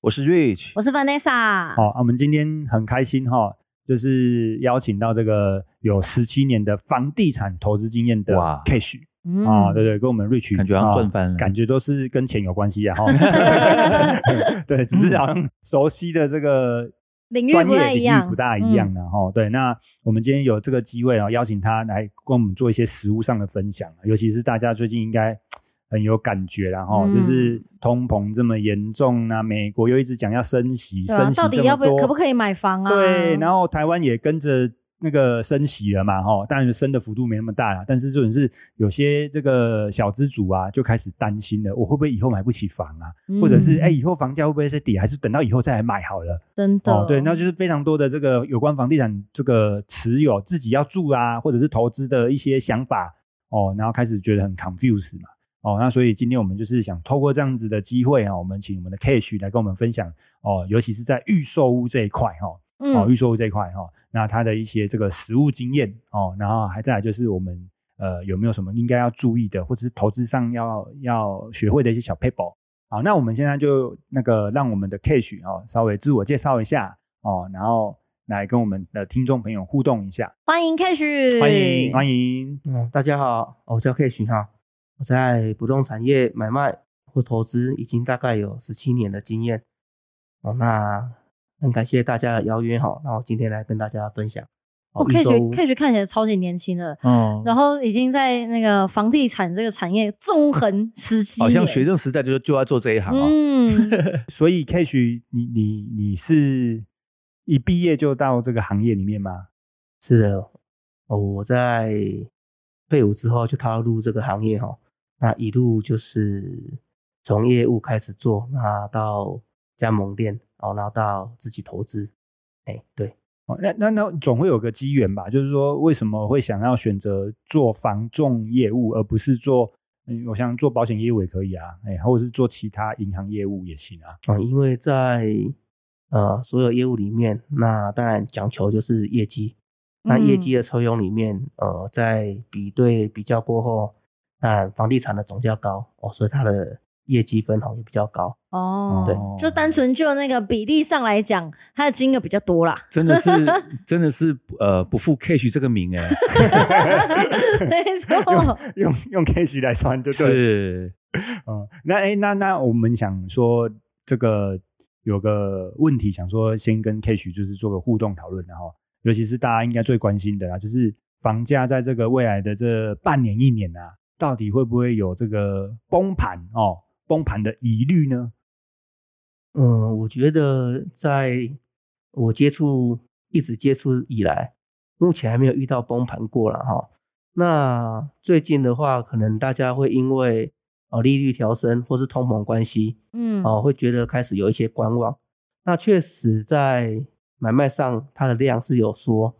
我是 Rich，我是 Vanessa，好、啊我们今天很开心哈、就是邀请到这个有十七年的房地产投资经验的哇 Cash 嗯啊、对对，跟我们 Rich 感觉好像啊赚翻了感觉都是跟钱有关系啊哈。 齁对，只是好像熟悉的这个领域专不业太领一域样，不大一样嗯然后、对，那我们今天有这个机会，然后啊邀请他来跟我们做一些实物上的分享，啊尤其是大家最近应该很有感觉啦，然后、嗯就是通膨这么严重啊，美国又一直讲要升息，对啊升息到底这要么不要多，可不可以买房啊？对，然后台湾也跟着那个升息了嘛，哈，当然升的幅度没那么大啦，但是这种是有些这个小资主啊，就开始担心了，我会不会以后买不起房啊？嗯或者是哎、以后房价会不会再跌？还是等到以后再来买好了？真的哦，对，那就是非常多的这个有关房地产这个持有自己要住啊，或者是投资的一些想法哦，然后开始觉得很 confused 嘛。哦，那所以今天我们就是想透过这样子的机会啊、我们请我们的 Cash 来跟我们分享哦，尤其是在预售屋这一块哈、哦，嗯哦，预售屋这一块哈、哦，那它的一些这个实物经验哦，然后还再来就是我们呃有没有什么应该要注意的，或者是投资上要要学会的一些小 paper。好，那我们现在就那个让我们的 Cash 哦稍微自我介绍一下哦，然后来跟我们的听众朋友互动一下，欢迎 Cash，欢迎欢迎。嗯，大家好，我叫 K 群哈，我在不动产业买卖或投资已经大概有十七年的经验。哦，那很感谢大家的邀约哈，那我今天来跟大家分享。哦预售屋，Cash，Cash 看起来超级年轻的，哦嗯，然后已经在那个房地产这个产业纵横时期，好像学生时代就就要做这一行 哦。嗯，所以 Cash，你你你是一毕业就到这个行业里面吗？是的，哦，我在退伍之后就踏入这个行业哈，那一路就是从业务开始做，那到加盟店，哦，然后到自己投资，哎，对，哦，那那那总会有个机缘吧？就是说，为什么会想要选择做房仲业务，而不是做？嗯，我想做保险业务也可以啊，哎，或者是做其他银行业务也行啊。啊、因为在呃所有业务里面，那当然讲求就是业绩，那业绩的抽佣里面，呃，在比对比较过后，那房地产的总价高哦，所以它的业绩分红也比较高。哦，对就单纯就那个比例上来讲，它的金额比较多 啦， 真的是，真的是，呃，不付 cash 这个名哎，没错用，用用 cash 来算就对了。是嗯，那哎，那那我们想说这个有个问题，想说先跟 Cash 就是做个互动讨论的啊哈，尤其是大家应该最关心的啦，就是房价在这个未来的这半年一年啊，到底会不会有这个崩盘哦，崩盘的疑虑呢？嗯，我觉得在我接触一直接触以来，目前还没有遇到崩盘过了哈。那最近的话，可能大家会因为呃利率调升或是通膨关系，嗯，哦，会觉得开始有一些观望。那确实在买卖上，它的量是有缩。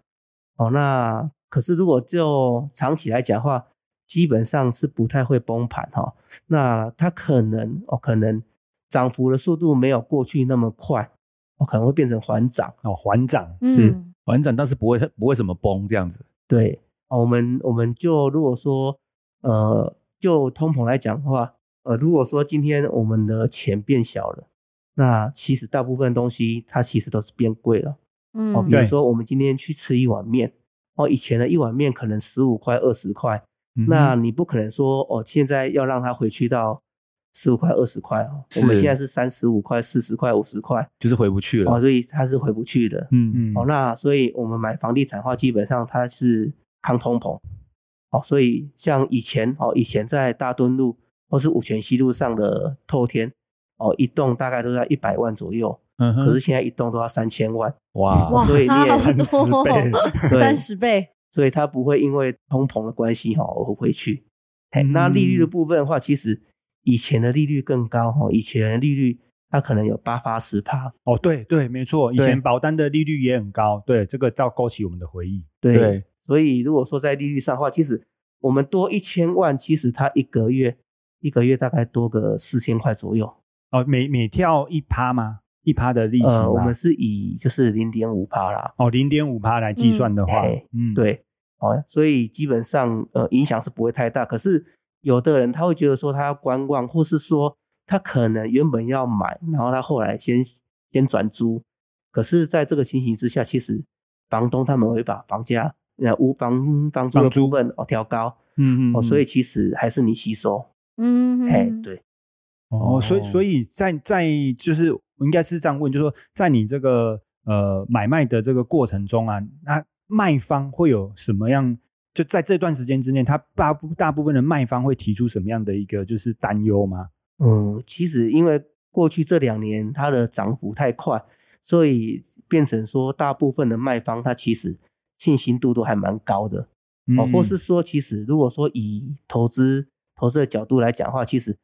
哦，那可是如果就长期来讲的话，基本上是不太会崩盘哈、哦。那它可能哦，可能涨幅的速度没有过去那么快，哦，可能会变成缓涨。哦，缓涨，是嗯完整，但是不会不会怎么崩这样子。对，哦、我们我们就如果说呃，就通膨来讲的话，呃，如果说今天我们的钱变小了，那其实大部分东西它其实都是变贵了。嗯，哦，比对如说我们今天去吃一碗面，哦，以前的一碗面可能十五块、二十块，嗯那你不可能说哦，现在要让它回去到。十五块、二十块哦，我们是现在是三十五块、四十块、五十块就是回不去哦，了。所以它是回不去的。嗯嗯，嗯，哦，那所以我们买房地产的话，基本上它是抗通膨。哦，所以像以前哦，以前在大墩路或是五泉西路上的透天，哦，一栋大概都在一百万左右，嗯哼可是现在一栋都要三千万，哇哇，所以，你差也好三十多倍哦，对三，十倍，所以它不会因为通膨的关系哈、哦、而回去。嘿，嗯那利率的部分的话，其实以前的利率更高哈、哦，以前的利率它可能有八发十趴。哦，对对，没错，以对前保单的利率也很高，对，这个倒勾起我们的回忆。对，对，所以如果说在利率上的话，其实我们多一千万，其实它一个月一个月大概多个四千块左右。哦，每每跳一趴吗？一趴的利息吗？呃，我们是以就是零点五趴啦，哦零点五趴来计算的话嗯嘿，嗯，，对，哦，所以基本上呃影响是不会太大。可是有的人他会觉得说他要观望，或是说他可能原本要买，然后他后来先先转租，可是在这个情形之下，其实房东他们会把房价呃屋房房租的房租部分哦调高嗯嗯，哦，嗯所以其实还是你吸收，嗯，哎、对。哦，所以哦所以在在就是我应该是这样问，就是说在你这个呃买卖的这个过程中啊，那卖方会有什么样？就在这段时间之内，他大部大部分的卖方会提出什么样的一个就是担忧吗？嗯，其实因为过去这两年它的涨幅太快，所以变成说大部分的卖方它其实信心度都还蛮高的嗯哦，或嗯是说其实如果说以投资投资的角度来讲的话，其实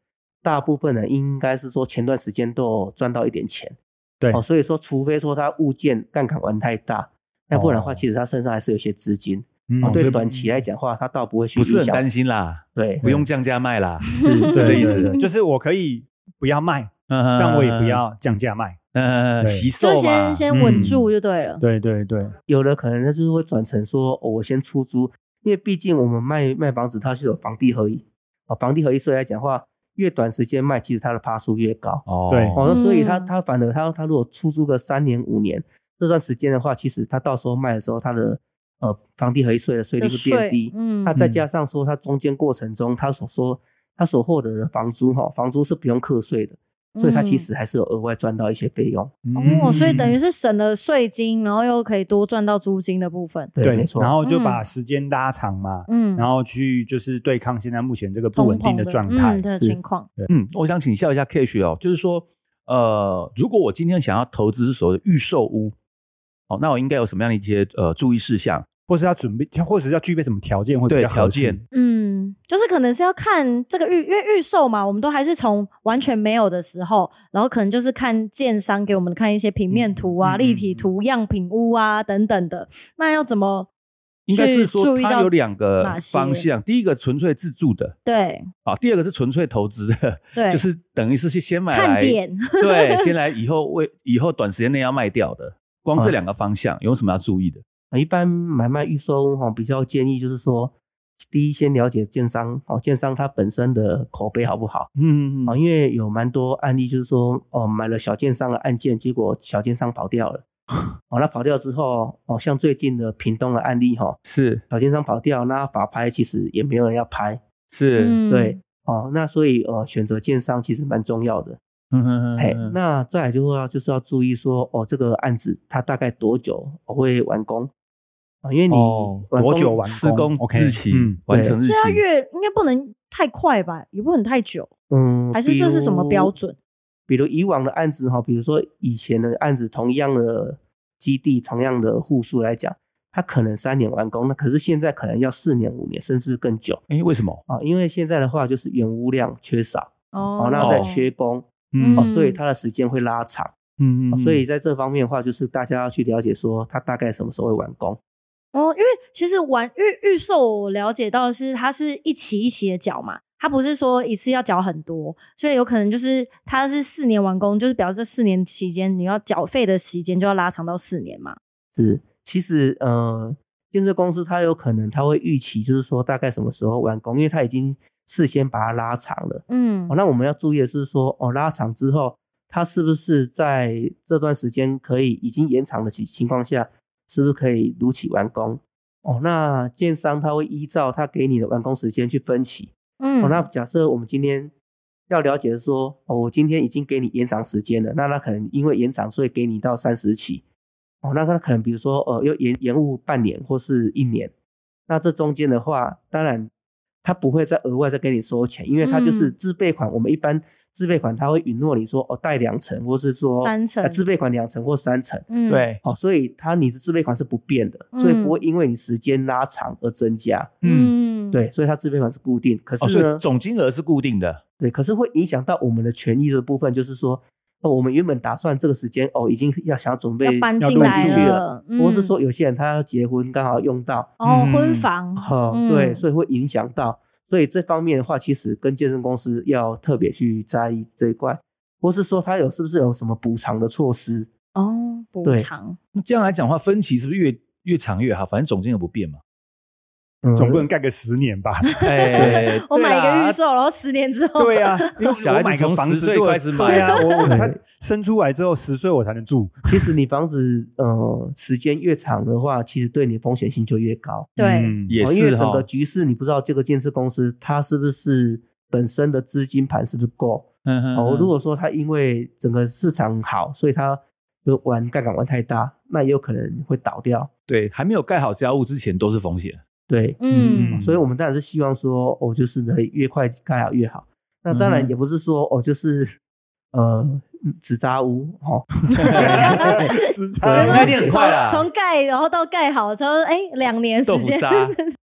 大部分人应该是说前段时间都有赚到一点钱，对哦，所以说除非说他物件杠杆玩太大，那不然的话，哦其实他身上还是有一些资金嗯哦，所对以短期来讲的话，他倒不会去嗯不是影很响担，心啦，对不用降价卖啦，对这对意思对嗯对就是我可以不要卖，但但我也不， 要降价卖。呃，对惜就售嘛先，先稳嗯住就对了。对对对，有的可能他就是会转成说、哦我先出租，因为毕竟我们卖卖房子，它是有房地合一哦，房地合一所以来讲的话，越短时间卖，其实它的趴数越高哦，对哦，那所以它嗯它反而它它如果出租个三年五年这段时间的话，其实它到时候卖的时候，它的呃房地合一税的税率的会变税低，嗯啊那，再加上说它中间过程中它所说它所获得的房租哈、哦，房租是不用课税的，所以它其嗯实还是有额外赚到一些费用，嗯哦，所以等于嗯是是省了税金，然后又可以多赚到租金的部分。对，对没，错，然后就把嗯时间拉长嘛，嗯，然后去就是对抗现在目前这个不通稳定膨的的状态嗯、。的是情况。嗯，我想请教一下 Cash 哦，就是说，呃，如果我今天想要投资所谓的预售屋，哦，那我应该有什么样的一些呃注意事项？或是要准备，或者是要具备什么条件会比对较合条适件，嗯，就是可能是要看这个预，因为预售嘛，我们都还是从完全没有的时候，然后可能就是看建商给我们看一些平面图嗯啊、嗯立体图、样品屋啊等等的。那要怎么应该是去说注意它到有两个哪些方向，第一个纯粹自住的对啊，第二个是纯粹投资的，对，就是等于是去先买看来，点对，先来以后为以后短时间内要卖掉的，光这啊两个方向有什么要注意的？呃一般买卖预售屋哈，比较建议就是说，第一先了解建商哦，建商它本身的口碑好不好嗯哦，因为有蛮多案例就是说哦，买了小建商的案件，结果小建商跑 掉了哦，那跑掉之后哦，像最近的屏东的案例哈、哦，是小建商跑掉，那法拍其实也没有人要拍， 是，嗯对，哦，那所以呃，选择建商其实蛮重要的。 嗯哼嘿，那再来就要就是要注意说，哦，这个案子它大概多久哦会完工啊？因为你哦完工多久完施工 OK，日期嗯完成日期这要越应该不能太快吧，也不能太久，嗯，还是这是什么标准？比如？比如以往的案子哈，比如说以前的案子，同样的基地、同样的户数来讲，它可能三年完工，那可是现在可能要四年、五年，甚至更久哎，为什么？啊。因为现在的话就是原屋量缺少，哦哦，那再缺工，嗯哦，所以它的时间会拉长。嗯哦所以在这方面的话，就是大家要去了解说它大概什么时候会完工。哦，因为其实玩预预售，我了解到的是它是一期一期的缴嘛，它不是说一次要缴很多，所以有可能就是它是四年完工，就是表示这四年期间你要缴费的时间就要拉长到四年嘛。是，其实呃，建设公司它有可能它会预期，就是说大概什么时候完工，因为它已经事先把它拉长了。嗯哦，，那我们要注意的是说，哦，拉长之后，它是不是在这段时间可以已经延长的情情况下，是不是可以如期完工？哦，那建商他会依照他给你的完工时间去分期。嗯哦，那假设我们今天要了解的说，哦，我今天已经给你延长时间了，那他可能因为延长，所以给你到三十期。哦，那他可能比如说，呃，又延延误半年或是一年，那这中间的话，当然他不会再额外再给你收钱，因为他就是嗯自备款。我们一般自备款他会允诺你说，哦，贷两成，或是说三成呃自备款两成或三成。嗯，对，哦，所以他你的自备款是不变的，所以不会因为你时间拉长而增加。嗯，嗯，对，所以它自备款是固定。可哦，是所啊呢，以总金额是固定的，对，可是会影响到我们的权益的部分，就是说，哦，我们原本打算这个时间哦，已经要想要准要备搬要进入来住了，嗯或是说有些人他要结婚，刚好用到，哦嗯婚房，哈、嗯对，所以会影响到。所以这方面的话，其实跟健身公司要特别去在意这一块，或是说他有是不是有什么补偿的措施？哦补对偿，那这样来讲的话，分歧是不是越越长越好？反正总金额不变 嘛。嗯总不能干个十年 吧？哎，我买一对个啦预售，然后十年之后，对 啊，因为小孩我子买个从房10子岁做开始买对啊， 我我对他生出来之后十岁我才能住，其实你房子呃时间越长的话，其实对你的风险性就 越高。对，嗯也哦因是为整哈个，局势你不知道这个建设公司它是不是本身的资金盘是不是够。嗯哼哦，如果说它因为整个市场好，所以它就玩杠杆玩太大，那也有可能会倒掉。对还没有盖好家务之前都是风 险，对，嗯，嗯所以我们当然是希望说，哦，就是呢越快盖好越好。那当嗯然哼也不是说哦，就是呃嗯纸扎屋哦， 啊只对差那一定很快啦从从盖然后到盖好，差不多哎两年时豆腐间，渣，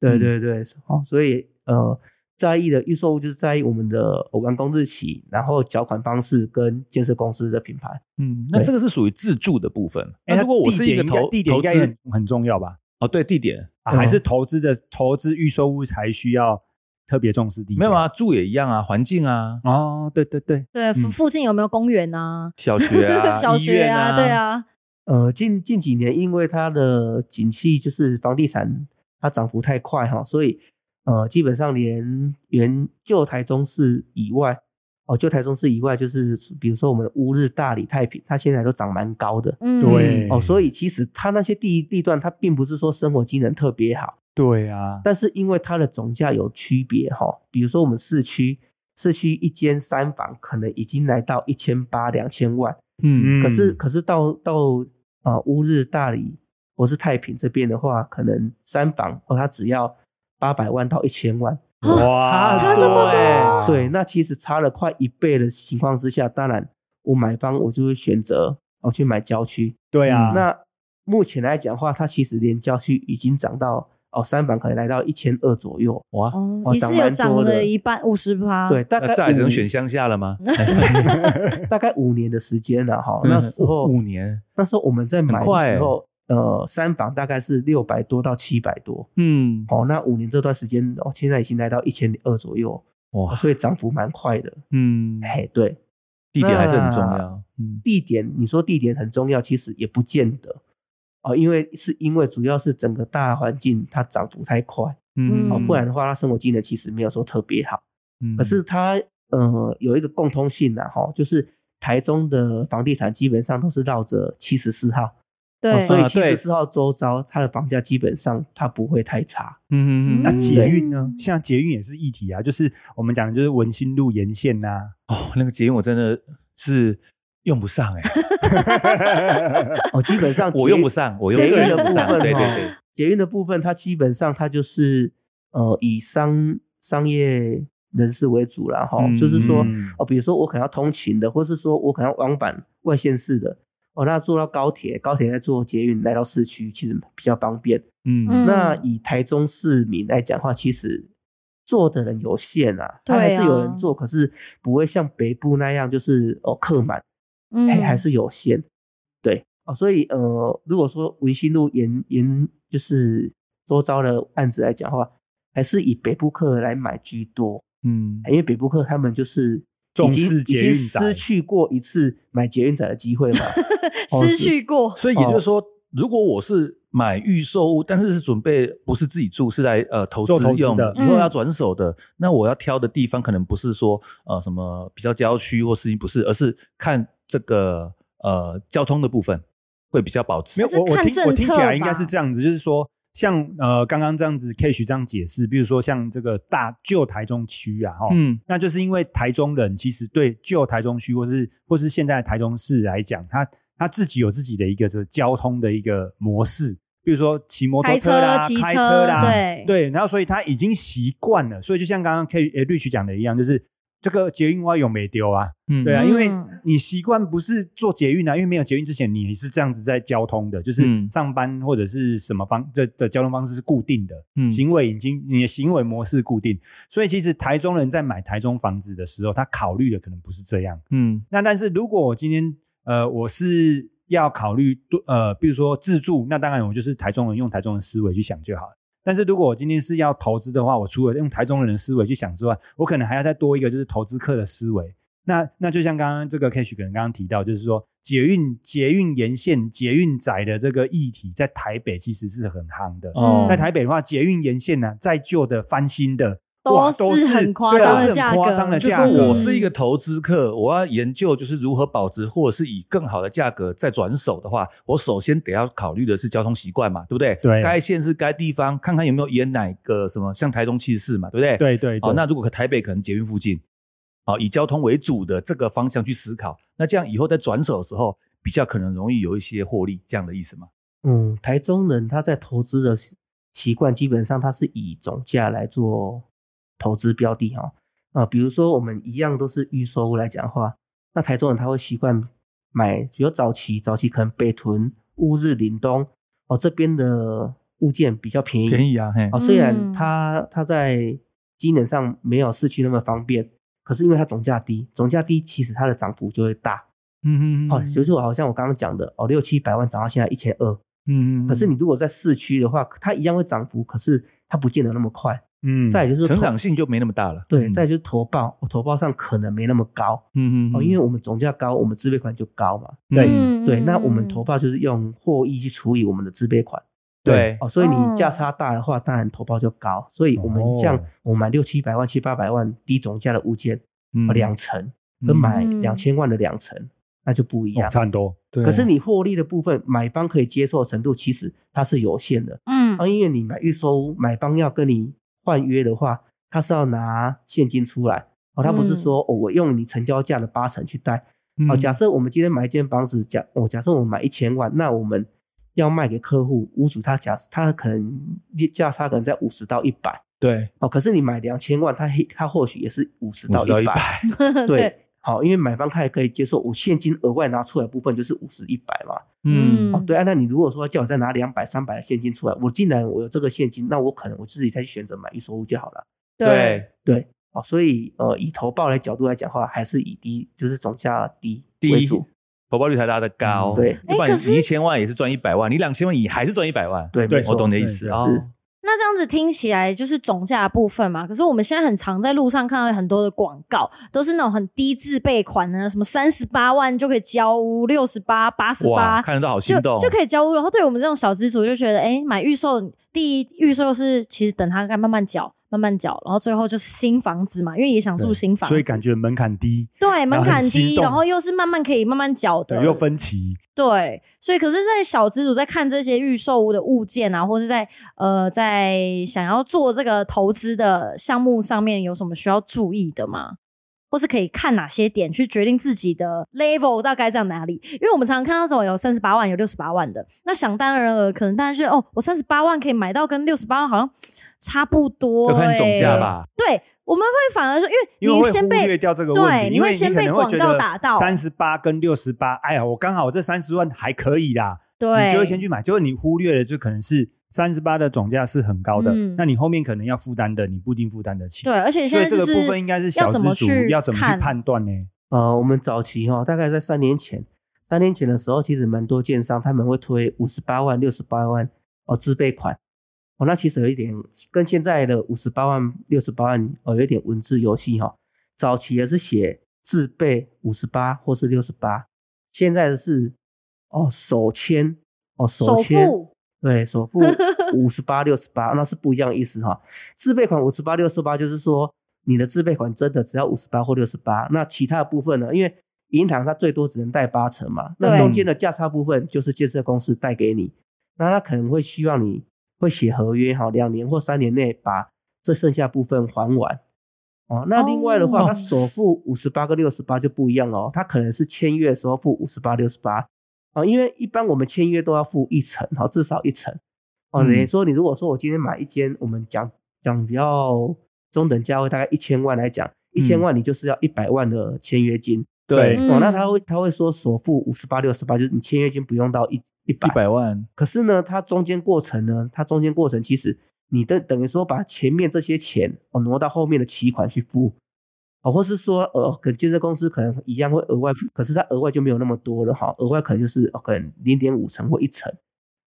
对嗯对对，哦，所以呃在意的预售屋就是在意我们的完工日期，然后缴款方式跟建设公司的品牌。 嗯，那对这个是属于自住的部分。哎那如果我地是点一个应该投地点投应该资也很很重要吧？哦，对地点啊还嗯是投资的投资预售物才需要特别重视地点？没有啊，住也一样啊，环境啊，哦，对对对，对附嗯附近有没有公园啊？小学啊， 小医学院啊，啊，对，啊，呃，近近几年因为它的景气就是房地产它涨幅太快哈、所以呃基本上连原旧台中市以外，哦旧台中市以外就是比如说我们乌日、大理、太平，它现在都涨蛮高的嗯，对哦，所以其实它那些地地段它并不是说生活机能特别好，对啊，但是因为它的总价有区别哈、比如说我们市区。市区一间三房可能已经来到一千八两千万，嗯，可是可是到到啊、呃乌日、大理或是太平这边的话，可能三房哦，它只要八百万到一千万，哦哇，差这么多多欸对，那其实差了快一倍的情况之下，当然我买方我就会选择哦去买郊区。对啊，那目前来讲的话，它其实连郊区已经涨到哦三房可能来到一千二左右，哇，哦，哇也是有长蛮涨多了的一半五十趴，对，，大啊那概再来只嗯能五选乡下了 吗？大概五年的时间了哈，那时候嗯哦五年，那时候我们在买很快的欸时候，呃，三房大概是六百多到七百多，嗯，哦，那五年这段时间，哦，现在已经来到一千二左右，哦哇，所以涨幅蛮快的。嗯，哎，对，地点还是很重要，嗯，地点，你说地点很重要，其实也不见得。哦，因为是因为主要是整个大环境它涨幅太快，哦，嗯不然的话，它生活技能其实没有说特别好。嗯可是它呃有一个共通性呐、啊，哈、就是台中的房地产基本上都是绕着七十四号，哦对，所以啊七对十四号周遭它的房价基本上它不会太差。嗯那嗯捷运呢嗯？像捷运也是议题啊，就是我们讲的就是文心路沿线呐、哦，那个捷运我真的是用不上哎，哦，基本上 我捷用不上，我用捷个运人的用部不分上，哦，对对对，捷运的部分，它基本上它就是呃以商商业人士为主啦，哈、嗯就是说嗯哦，比如说我可能要通勤的，或是说我可能要往返外县市的，哦，那坐到高铁，高铁再坐捷运来到市区，其实比较方便。嗯嗯那以台中市民来讲的话，其实坐的人有限啊，它还对是有人啊坐，可是不会像北部那样就是哦客满。哎嗯还还是有限。对哦，所以呃，如果说文心路沿沿就是周遭的案子来讲的话，还是以北部客来买居多，嗯，因为北部客他们就是重已经视已捷经运仔失去过一次买捷运仔的机会嘛。哦失是去过，所以也就是说，如果我是买预售屋，但是是准备不是自己住，是来呃投资做投资用的以后嗯要转手的，那我要挑的地方可能不是说呃什么比较郊区或是不是，而是看这个呃交通的部分会比较保值。没有是我我看听我政听起策来应该吧是这样子，就是说像呃刚刚这样子 Cash 这样解释，比如说像这个大旧台中区啊，哦，嗯那就是因为台中人其实对旧台中区或是或是现在的台中市来讲，他他自己有自己的一个这个交通的一个模式，比如说骑摩托开车啦、骑开车，啦，对对，然后所以他已经习惯了，所以就像刚刚 K 呃绿曲讲的一样，就是这个捷运蛙泳没丢啊，嗯对啊，嗯因为你习惯不是做捷运啊，因为没有捷运之前你是这样子在交通的，就是嗯上班或者是什么方的的交通方式是固定的，嗯行为已经你的行为模式固定，所以其实台中人在买台中房子的时候，他考虑的可能不是这样。嗯那但是如果我今天呃我是要考虑多呃，比如说自住，那当然我就是台中人用台中人思维去想就好了。但是如果我今天是要投资的话，我除了用台中人的思维去想之外，我可能还要再多一个就是投资客的思维。那那就像刚刚这个 Cash 可能刚刚提到，就是说捷运捷运沿线捷运宅的这个议题，在台北其实是很夯的。嗯哦在台北的话，捷运沿线呢、再旧的、翻新的，都哇都是是很夸对张都是的很价格，夸张的就价说格我是一个投资客，我要研究就是如何保值，或者是以更好的价格再转手的话，我首先得要考虑的是交通习惯嘛，对不对？对该县市该地方看看有没有沿哪个什么，像台中气势嘛，对不对？。对对对。好、哦那如果台北可能捷运附近，好、以交通为主的这个方向去思考，那这样以后在转手的时候，比较可能容易有一些获利，这样的意思嘛？嗯，台中人他在投资的习习惯，基本上他是以总价来做投资标的哈、哦。啊，比如说我们一样都是预售屋来讲的话，那台中人他会习惯买，比如早期早期可能北屯、乌日、林东哦这边的物件比较便宜，宜啊，嘿哦，虽然它它在机能上没有市区那么方便，可是因为它总价低，总价低其实它的涨幅就会大。嗯嗯哦，就是我好像我刚刚讲的，哦，六七百万涨到现在一千二，嗯可是你如果在市区的话，它一样会涨幅，可是它不见得那么快。嗯，再来就是成投长性就没那么大了，对，嗯再来就是投报，我投报上可能没那么高嗯哦，因为我们总价高，我们自备款就高嘛。对嗯对，那我们投报就是用获益去除以我们的自备款。对哦，所以哦你价差大的话，当然投报就高。所以我们像哦我买六七百万、七八百万低总价的物件，嗯呃两成跟买嗯两千万的两成，那就不一哦样。差很多。对可是你获利的部分，买方可以接受的程度其实它是有限的。嗯啊，因为你买预售屋，买方要跟你换约的话，他是要拿现金出来哦，他不是说、哦我用你成交价的八成去贷。嗯哦，假设我们今天买一间房子，假哦我、假设我们买一千万，那我们要卖给客户，屋主他假他可能价差可能在五十到一百对哦，可是你买两千万，他嘿他或许也是五十到50到一百， 对对，好、因为买方他也可以接受，我现金额外拿出来的部分就是五十一百嘛，嗯哦，对啊，那你如果说叫我再拿两百、三百的现金出来，我既然我有这个现金，那我可能我自己再去选择买预售屋就好了。对，哦，所以呃，以投报来角度来讲的话，还是以低，就是总价低第为一主。投报率才拉的高，嗯对要不哎可然是你一千万也是赚一百万，你两千万也还是赚一百万，对对没错我懂你的意思对哦是那这样子听起来就是总价的部分嘛，可是我们现在很常在路上看到很多的广告，都是那种很低自备款呢，什么三十八万就可以交屋，六十八、八十哇，八，看得到好就心动，就可以交屋。然后对我们这种小资族就觉得，哎、买预售，第一预售是其实等它该慢慢缴，慢慢缴，然后最后就是新房子嘛，因为也想住对新房子，所以感觉门槛低，对门槛很心低，动然后又是慢慢可以慢慢缴的，对，又分歧，对，所以可是，在小资主在看这些预售屋的物件啊，或是在呃在想要做这个投资的项目上面，有什么需要注意的吗？或是可以看哪些点去决定自己的 level 大概在哪里？因为我们常常看到什么有三十八万、有六十八万的，那想当然了，可能当然是哦，我三十八万可以买到跟六十八万好像差不多、要看总价欸。吧，对，我们会反而说，因因为为你会先忽被略掉这个问对题，你因为先你可被能会广觉告得打到，三十八跟六十八，哎呀，我刚好这三十万还可以啦，对，你就会先去买，结果你忽略了，就可能是三十八的总价是很高的嗯，那你后面可能要负担的，你不一定负担得起。对，，而且现所在以这个就是部分应该是小要资怎么主去要怎么去看判断呢？呃，我们早期哈、哦，大概在三年前，三年前的时候，其实蛮多建商他们会推五十八万、六十八万哦自备款。哦，那其实有一点跟现在的五十八万、六十八万哦有一点文字游戏哈、早期也是写自备五十八或是六十八，现在的是哦首签哦首首签付。对，首付五十八六十八，那是不一样的意思哈。自备款五十八六十八，就是说你的自备款真的只要五十八或六十八，那其他的部分呢？因为银行它最多只能贷八成嘛，那对中间的价差部分就是建设公司贷给你，那他可能会希望你会写合约哈，两年或三年内把这剩下部分还完。哦，那另外的话，哦他首付五十八跟六十八就不一样哦，他可能是签约的时候付五十八六十八，啊，因为一般我们签约都要付一成，哈，至少一成。哦，嗯等于说你如果说我今天买一间，我们讲讲比较中等价位，大概一千万来讲，一千万你就是要一百万的签约金。对嗯哦，那他会他会说首付五十八六十八，就是你签约金不用到一一百一。百万，可是呢，它中间过程呢，它中间过程其实你的等于说把前面这些钱哦挪到后面的期款去付，哦，或是说呃，可能建设公司可能一样会额外，可是它额外就没有那么多了哈，额外可能就是、哦、可能零点五成或一成，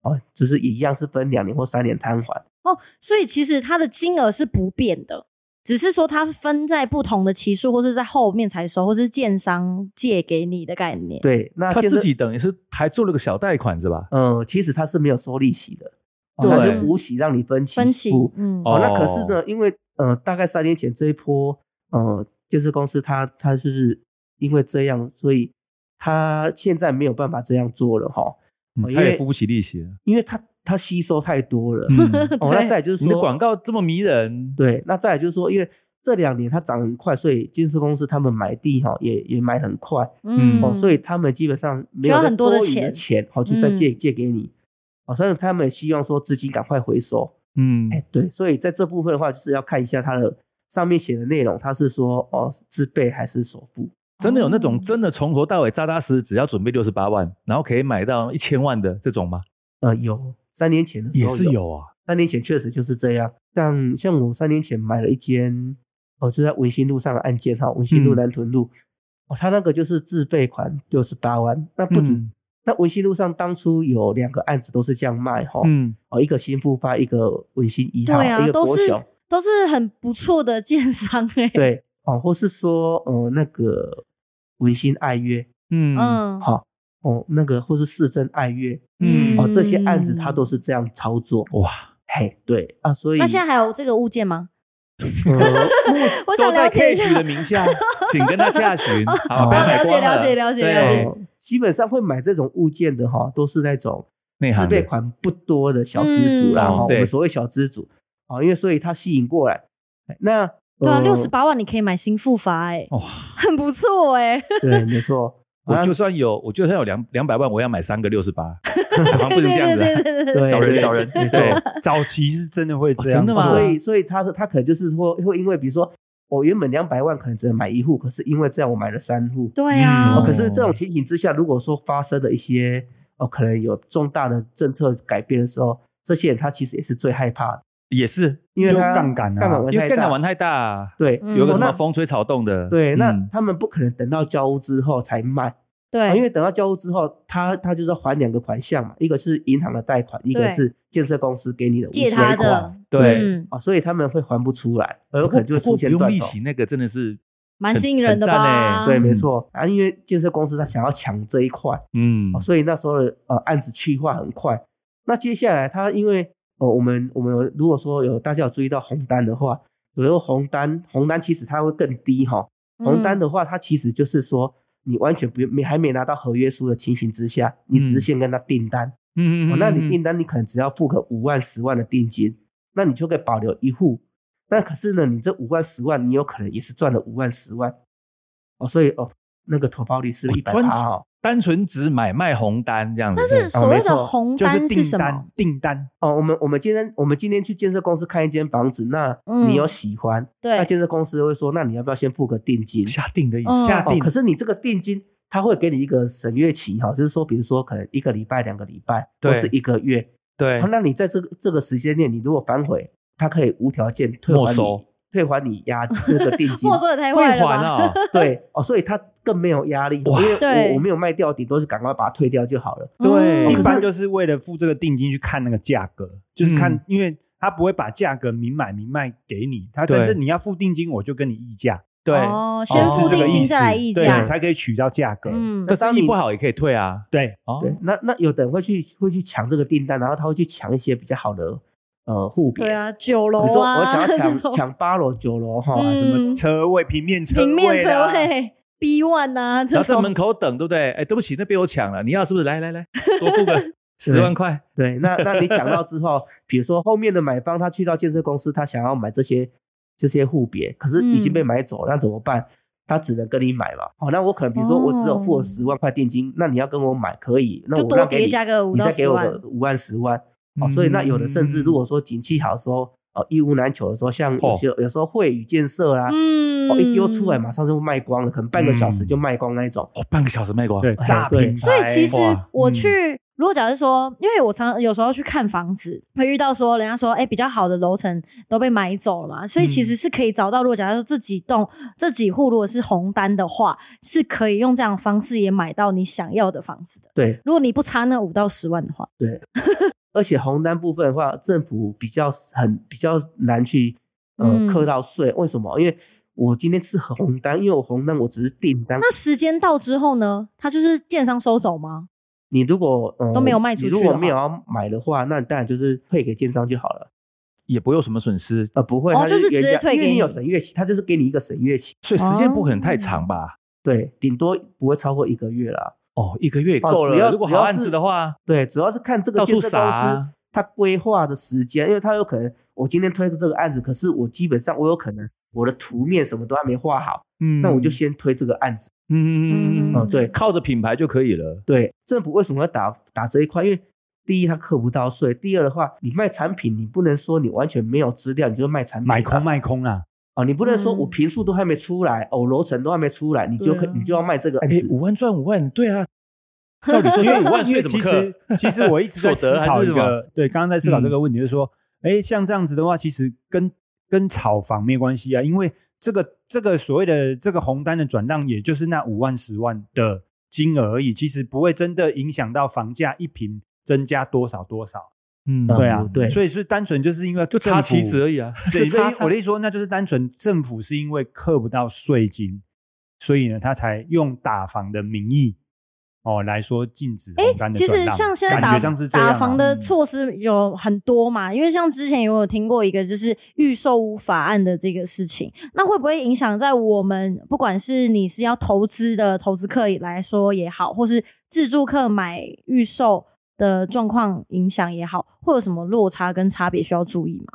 哦，就是一样是分两年或三年摊还。哦，所以其实它的金额是不变的，只是说它分在不同的期数，或是在后面才收，或是建商借给你的概念。对，那他建设自己等于是还做了个小贷款是吧？呃，其实它是没有收利息的，哦对它是无息让你分期分期付，嗯，哦哦，那可是呢，因为呃，大概三年前这一波，呃，建设公司它它就是因为这样，所以它现在没有办法这样做了哈，嗯哦因他也为付不起利息了。因为它它吸收太多了。嗯 哦，那再来就是你的说，广告这么迷人，对，那再来就是说，因为这两年它涨很快，所以建设公司他们买地哈也也买很快，嗯哦，所以他们基本上没有需要很多的多余的钱钱，好、就再嗯借、借给你，哦，所以他们也希望说资金赶快回收，嗯哎，对，所以在这部分的话，就是要看一下它的上面写的内容，它是说哦自备还是首付？真的有那种哦真的从头到尾扎扎实实，只要准备六十八万，然后可以买到一千万的这种吗？呃，有三年前的时也候是有啊， 三年前确实就是这样。像像我三年前买了一间，哦，就在文心路上的案件哈，文心路嗯南屯路，哦，它那个就是自备款六十八万，那不止。嗯那文心路上当初有两个案子都是这样卖哈，嗯，哦，一个新复发，一个文心一号，对啊一，个都国是小，都是很不错的建商哎、欸。对，哦，或是说呃那个文心爱约，嗯嗯，好、哦，那个或是市政爱乐嗯哦，这些案子它都是这样操作。哦哇，嘿，对啊，所以那现在还有这个物件吗？ 呃 我都想在了解 K 一下许。的名下，请跟他洽 询，好，哦不要买了解光了解了解对了解呃基本上会买这种物件的哈，都是那种内自行备的，款不多的小资主啦嗯哈，我对们所谓小资主啊，因为所以它吸引过来。那对啊，呃六十八万你可以买新复发哎、哇，很不错哎、对，没错，我啊就算有，我就算有两两百万，我要买三个六十八，好像不能这样子啊， 对 对找人找人，没错对，早期是真的会这样哦子、真的吗所以所以他的他可能就是说会因为比如说我原本两百万可能只能买一户，可是因为这样我买了三户，对啊，哦，嗯可是这种情形之下，如果说发生了一些哦，可能有重大的政策改变的时候，这些人他其实也是最害怕的， 也是，因为就他杠杆啊杠杆玩因太为杠大，杆玩太大啊，对嗯有个哦什么那风吹草动的，对，那嗯他们不可能等到交屋之后才卖，啊对，因为等到交屋之后，他他就是要还两个款项嘛，一个是银行的贷款，一对个是建设公司给你的无息借他贷款。的，对。嗯，啊、所以他们会还不出来，而不有可过能就会不出过不现用断利头。息那个真的是蛮吸引人的很很赞吧？欸对，没嗯错啊，因为建设公司他想要抢这一块，嗯哦，所以那时候的呃案子去化很快。那接下来他因为呃我们我们有如果说有大家有注意到红单的话，有时候红单红单其实它会更低哈、嗯红单的话它其实就是说你完全不用没还没拿到合约书的情形之下，你只是先跟他订单，嗯哦，那你订单你可能只要付个五万十万的定金，那你就可以保留一户。那可是呢，你这五万十万，你有可能也是赚了五万十万哦，所以哦，那个投保率是哦一百专八哦，单纯只买卖红单这样子，但是所谓的红就是单订什么单？，订单哦，我们我们今天我们今天去建设公司看一间房子，那你有嗯喜欢，对那建设公司会说，那你要不要先付个定金？下定的意嗯思，下哦定，，可是你这个定金，他会给你一个审阅期哈，就是说，比如说可能一个礼拜、两个礼拜，对或是一个月。哦对好，那你在这个这个时间内，你如果反悔，他可以无条件退没还收你退还你押那个定 金没。收也太退坏了还吧？ 啊，对哦，所以他更没有压力，因哇为对我我没有卖掉，顶多是赶快把它退掉就好了。对哦嗯一般就是为了付这个定金去看那个价格，就是看，嗯因为他不会把价格明买明卖给你，他对但是你要付定金，我就跟你议价，对，哦，先是付这个定意金思，再来议对价，才可以取到价格。嗯，但是你不好也可以退啊，对，哦，对，那那有的人会去会去抢这个订单，然后他会去抢一些比较好的呃户别。对啊，九比如楼说啊，我想 要这抢种抢八楼、九楼哈，啊，嗯什么车位、平面车位、啊平面车，位 B one 啊，然这后在种门口等，对不对？哎，对不起，那被我抢了，你要是不是？来来来，多付 个十万块，对，那那你讲到之后，比如说后面的买方他去到建设公司，他想要买这些这些户别，可是已经嗯被买走，那怎么办？他只能跟你买嘛。哦，那我可能比如说我只有付哦了十万块定金，那你要跟我买可以，那就我多让给叠你，加个五你到再给十我万个，五万十万。哦，所以那有的甚至如果说景气好的时候，呃一屋难求的时候，像有些、有时候会宇建设啦、嗯哦一丢出来马上就卖光了，可能半个小时就卖光那一种。哦，半个小时卖光，对哎大对品牌，所以其实哇我嗯去，如果假设说，因为我常有时候去看房子，会遇到说人家说，哎、比较好的楼层都被买走了嘛，所以其实是可以找到。如果假设说这几栋、这几户如果是红单的话，是可以用这样的方式也买到你想要的房子的。对如果你不差那五到十万的话，而且红单部分的话，政府比较很比较难去呃嗯课到税，为什么？因为我今天是红单，因为我红单我只是订单，那时间到之后呢，它就是建商收走吗？你如果、呃、都没有卖出去你如果的没有要买的话，那你当然就是退给建商就好了。也不会有什么损失，呃，不会，哦它就是直原接价退因为给你有你审阅期，它就是给你一个审阅期，所以时间不可能太长嗯吧？对，顶多不会超过一个月啦。哦，一个月也够哦只要了。如果好案子的话，对，主要是看这个到建处设撒公啊司它规划的时间，因为它有可能我今天推这个案子，可是我基本上我有可能我的图面什么都还没画好，嗯那我就先推这个案子。嗯嗯嗯嗯哦、嗯，对靠着品牌就可以了。对，政府为什么要打打这一块？因为第一，它扣不到税；第二的话，你卖产品，你不能说你完全没有资料，你就卖产品吧，买空卖空啊啦，哦，你不能说嗯我平数都还没出来，哦，我楼层都还没出来，你就可、对啊你就要卖这个案哎子，。五万赚五万，对 啊，照理说 因为 赚五万因税为怎其么克实？其实我一直在 所思得还考是一什么嗯个，对，刚刚在思考这个问题，就是说，哎，像这样子的话，其实跟跟炒房没关系啊，因为这个这个所谓的这个红单的转让，也就是那五万十万的金额而已，其实不会真的影响到房价一平增加多少多少。嗯，嗯对啊，对所以是单纯就是因为就政差府旗子而已啊，对，就所差以我的意思说，那就是单纯政府是因为扣不到税金，所以呢，他才用打房的名义哦来说禁止红单的其实转让像现在感打觉上是这样、啊、打房的嗯措施有很多嘛，因为像之前也有听过一个就是预售屋法案的这个事情，那会不会影响在我们不管是你是要投资的投资客来说也好，或是自住客买预售的状况影响也好，会有什么落差跟差别需要注意吗？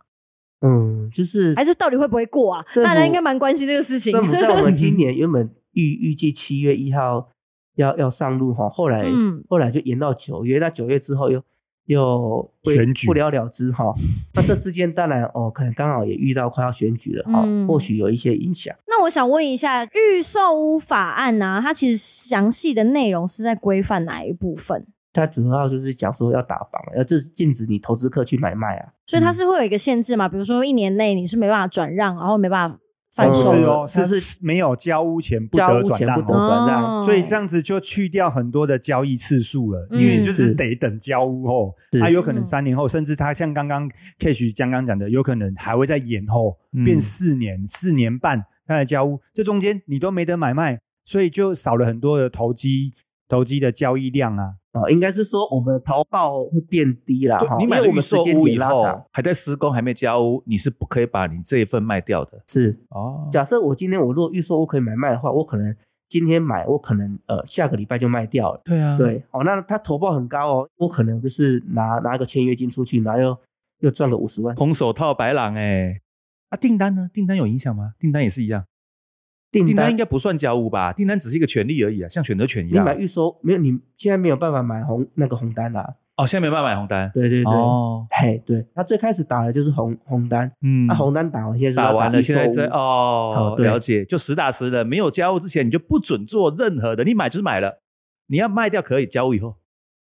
嗯，就是还是到底会不会过啊？政府大家应该蛮关心这个事情。政府在嗯我们今年原本预预计七月一号要要上路哈，后来、嗯后来就延到九月，那九月之后又又不选举不了了之哈。那这之间当然哦，可能刚好也遇到快要选举了哈，嗯或许有一些影响。那我想问一下，预售屋法案呢、它其实详细的内容是在规范哪一部分？它主要就是讲说要打房，要这禁止你投资客去买卖啊。嗯所以它是会有一个限制嘛？比如说一年内你是没办法转让，然后没办法哦贩不售。是的哦，它是是没有交屋前不交得屋转前让不得哦。转让，所以这样子就去掉很多的交易次数了，因为嗯嗯你就是是得等交屋后，是它、有可能嗯三年后，甚至它像刚刚 Cash 刚刚讲的，有可能还会再延后，嗯变四年、四年半它的交屋，这中间你都没得买卖，所以就少了很多的投机投机的交易量啊。啊、应该是说我们投报会变低啦对哈，你买了因为我预们时售间屋也以拉长后，还在施工，还没交屋，你是不可以把你这一份卖掉的是哦。假设我今天我如果预售屋可以买卖的话，我可能今天买，我可能呃下个礼拜就卖掉了。对啊，对，哦，那它投报很高哦，我可能就是拿拿个签约金出去，然后又又赚个五十万。空手套白狼哎。啊，订单呢？订单有影响吗？订单也是一样，订订单应该该不算交屋吧？订单只是一个权利而已啊，像选择权一你样买。预售没有？你现在没有办法买红那个红单啦、哦，现在没办法买红单。对对对，哦， 嘿，对，他最开始打的就是红红单，嗯那、啊红单打完现在就是打要完预了，售现在屋在哦好，对了解，就实打实的，没有交屋之前你就不准做任何的，你买就是买了，你要卖掉可以，交屋以后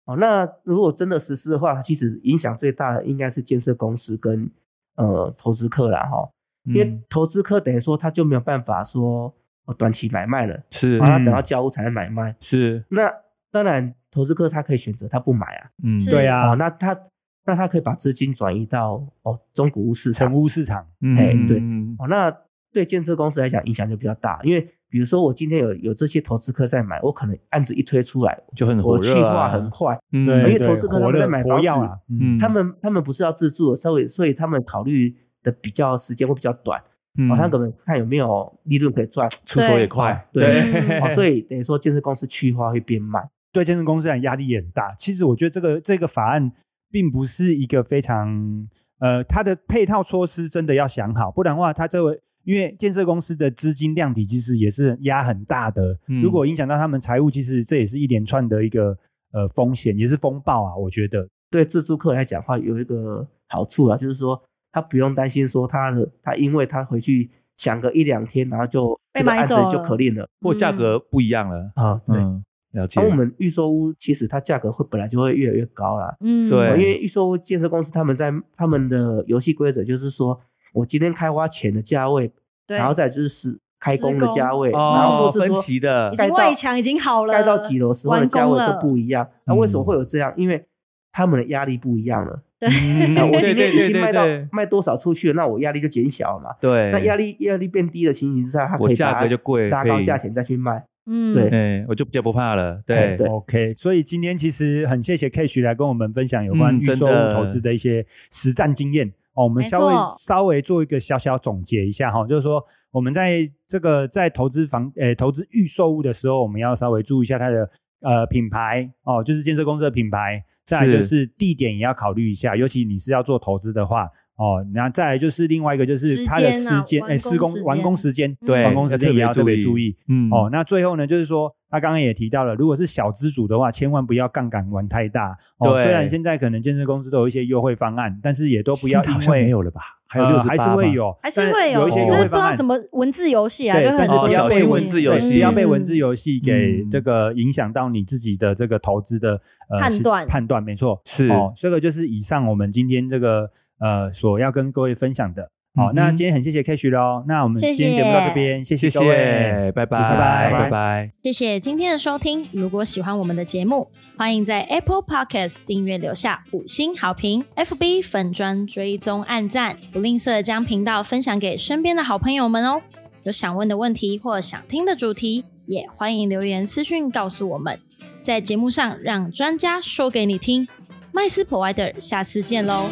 哦，那如果真的实施的话，其实影响最大的应该是建设公司跟呃投资客啦，哈、嗯因为投资客等于说他就没有办法说我短期买卖了，是然后他等到交屋才能买卖。是那当然，投资客他可以选择他不买啊，嗯是对哦，啊，那他那他可以把资金转移到哦中古屋市场成，屋市场，哎嗯对嗯哦，那对建设公司来讲影响就比较大，因为比如说我今天有有这些投资客在买，我可能案子一推出来，就很火我气热啊化很快，嗯对，因为对投资客他活们的在买活房药子啊，嗯，哎他们他们不是要自住的，稍微所以他们考虑的比较时间会比较短，嗯哦，他可能看有没有利润可以赚，出手也快，对嗯哦，所以等于说建设公司去化会变慢，对健身公司来讲压力也很大。其实我觉得这个这个法案并不是一个非常呃，它的配套措施真的要想好，不然的话，它这个因为建设公司的资金量体其实也是压很大的，嗯如果影响到他们财务，其实这也是一连串的一个呃风险，也是风暴啊。我觉得对自住客来讲的话有一个好处啊，就是说。他不用担心说他的他因为他回去想个一两天，然后就被这个买案子走就了可令了或价格 不一样了。啊。对，嗯，了解那。我们预售屋其实它价格会本来就会越来越高啦，嗯，对哦因为预售屋建设公司他们在他们的游戏规则就是说，我今天开挖前的价位，对，然后再就是施开工的价位，哦然后或是分说期的已盖经到外墙已经好了，盖到几楼时候的完价工位了都不一样。那、嗯为什么会有这样？因为他们的压力不一样了。嗯 那我对今天对已经对卖对到对卖多少出去了，那我压力就减小了嘛。对，那压力压力变低的情形之下，它可我以价把格它就贵，拉可高以价，钱再去卖。嗯，对哎，我就比较不怕了。哎对对 OK，所以今天其实很谢谢 Cash 来跟我们分享有关嗯预售真物的投资的一些实战经验。哦，我们没稍微错稍微做一个小小总结一下哈、就是说我们在这个在投资房呃投资预售物的时候，我们要稍微注意一下它的呃品牌哦，就是建设公司的品牌，再来是就是地点也要考虑一下，尤其你是要做投资的话哦，那再来就是另外一个就是它的时间时啊间完哎、工施时工间完工时间对，完工时间也哎要特别注意。嗯，哦，，那最后呢，就是说他刚刚也提到了，如果是小资主的话，千万不要杠杆玩太大。哦，对虽然现在可能健身公司都有一些优惠方案，但是也都不要新的好因像为没有了吧？还有呃六十还是会有，还是会但有一只些是优不惠知方道案怎。么文字游戏啊，对就，很但是哦不要小被心文文字游对戏不要嗯被文字游戏给嗯这个影响到你自己的这个投资的呃判断判断，没错。是哦，这个就是以上我们今天这个呃所要跟各位分享的。好、嗯哼那今天很谢谢 Cash 喽，那我们谢今谢天节目到这边，谢谢各位。谢，拜拜，拜拜拜拜。谢谢今天的收听。如果喜欢我们的节目，欢迎在 Apple Podcast 订阅留下五星好评，FB 粉砖追踪按赞，不吝啬将频道分享给身边的好朋友们哦。有想问的问题或想听的主题，也欢迎留言私讯告诉我们，在节目上让专家说给你听。麦斯 Provider，下次见喽，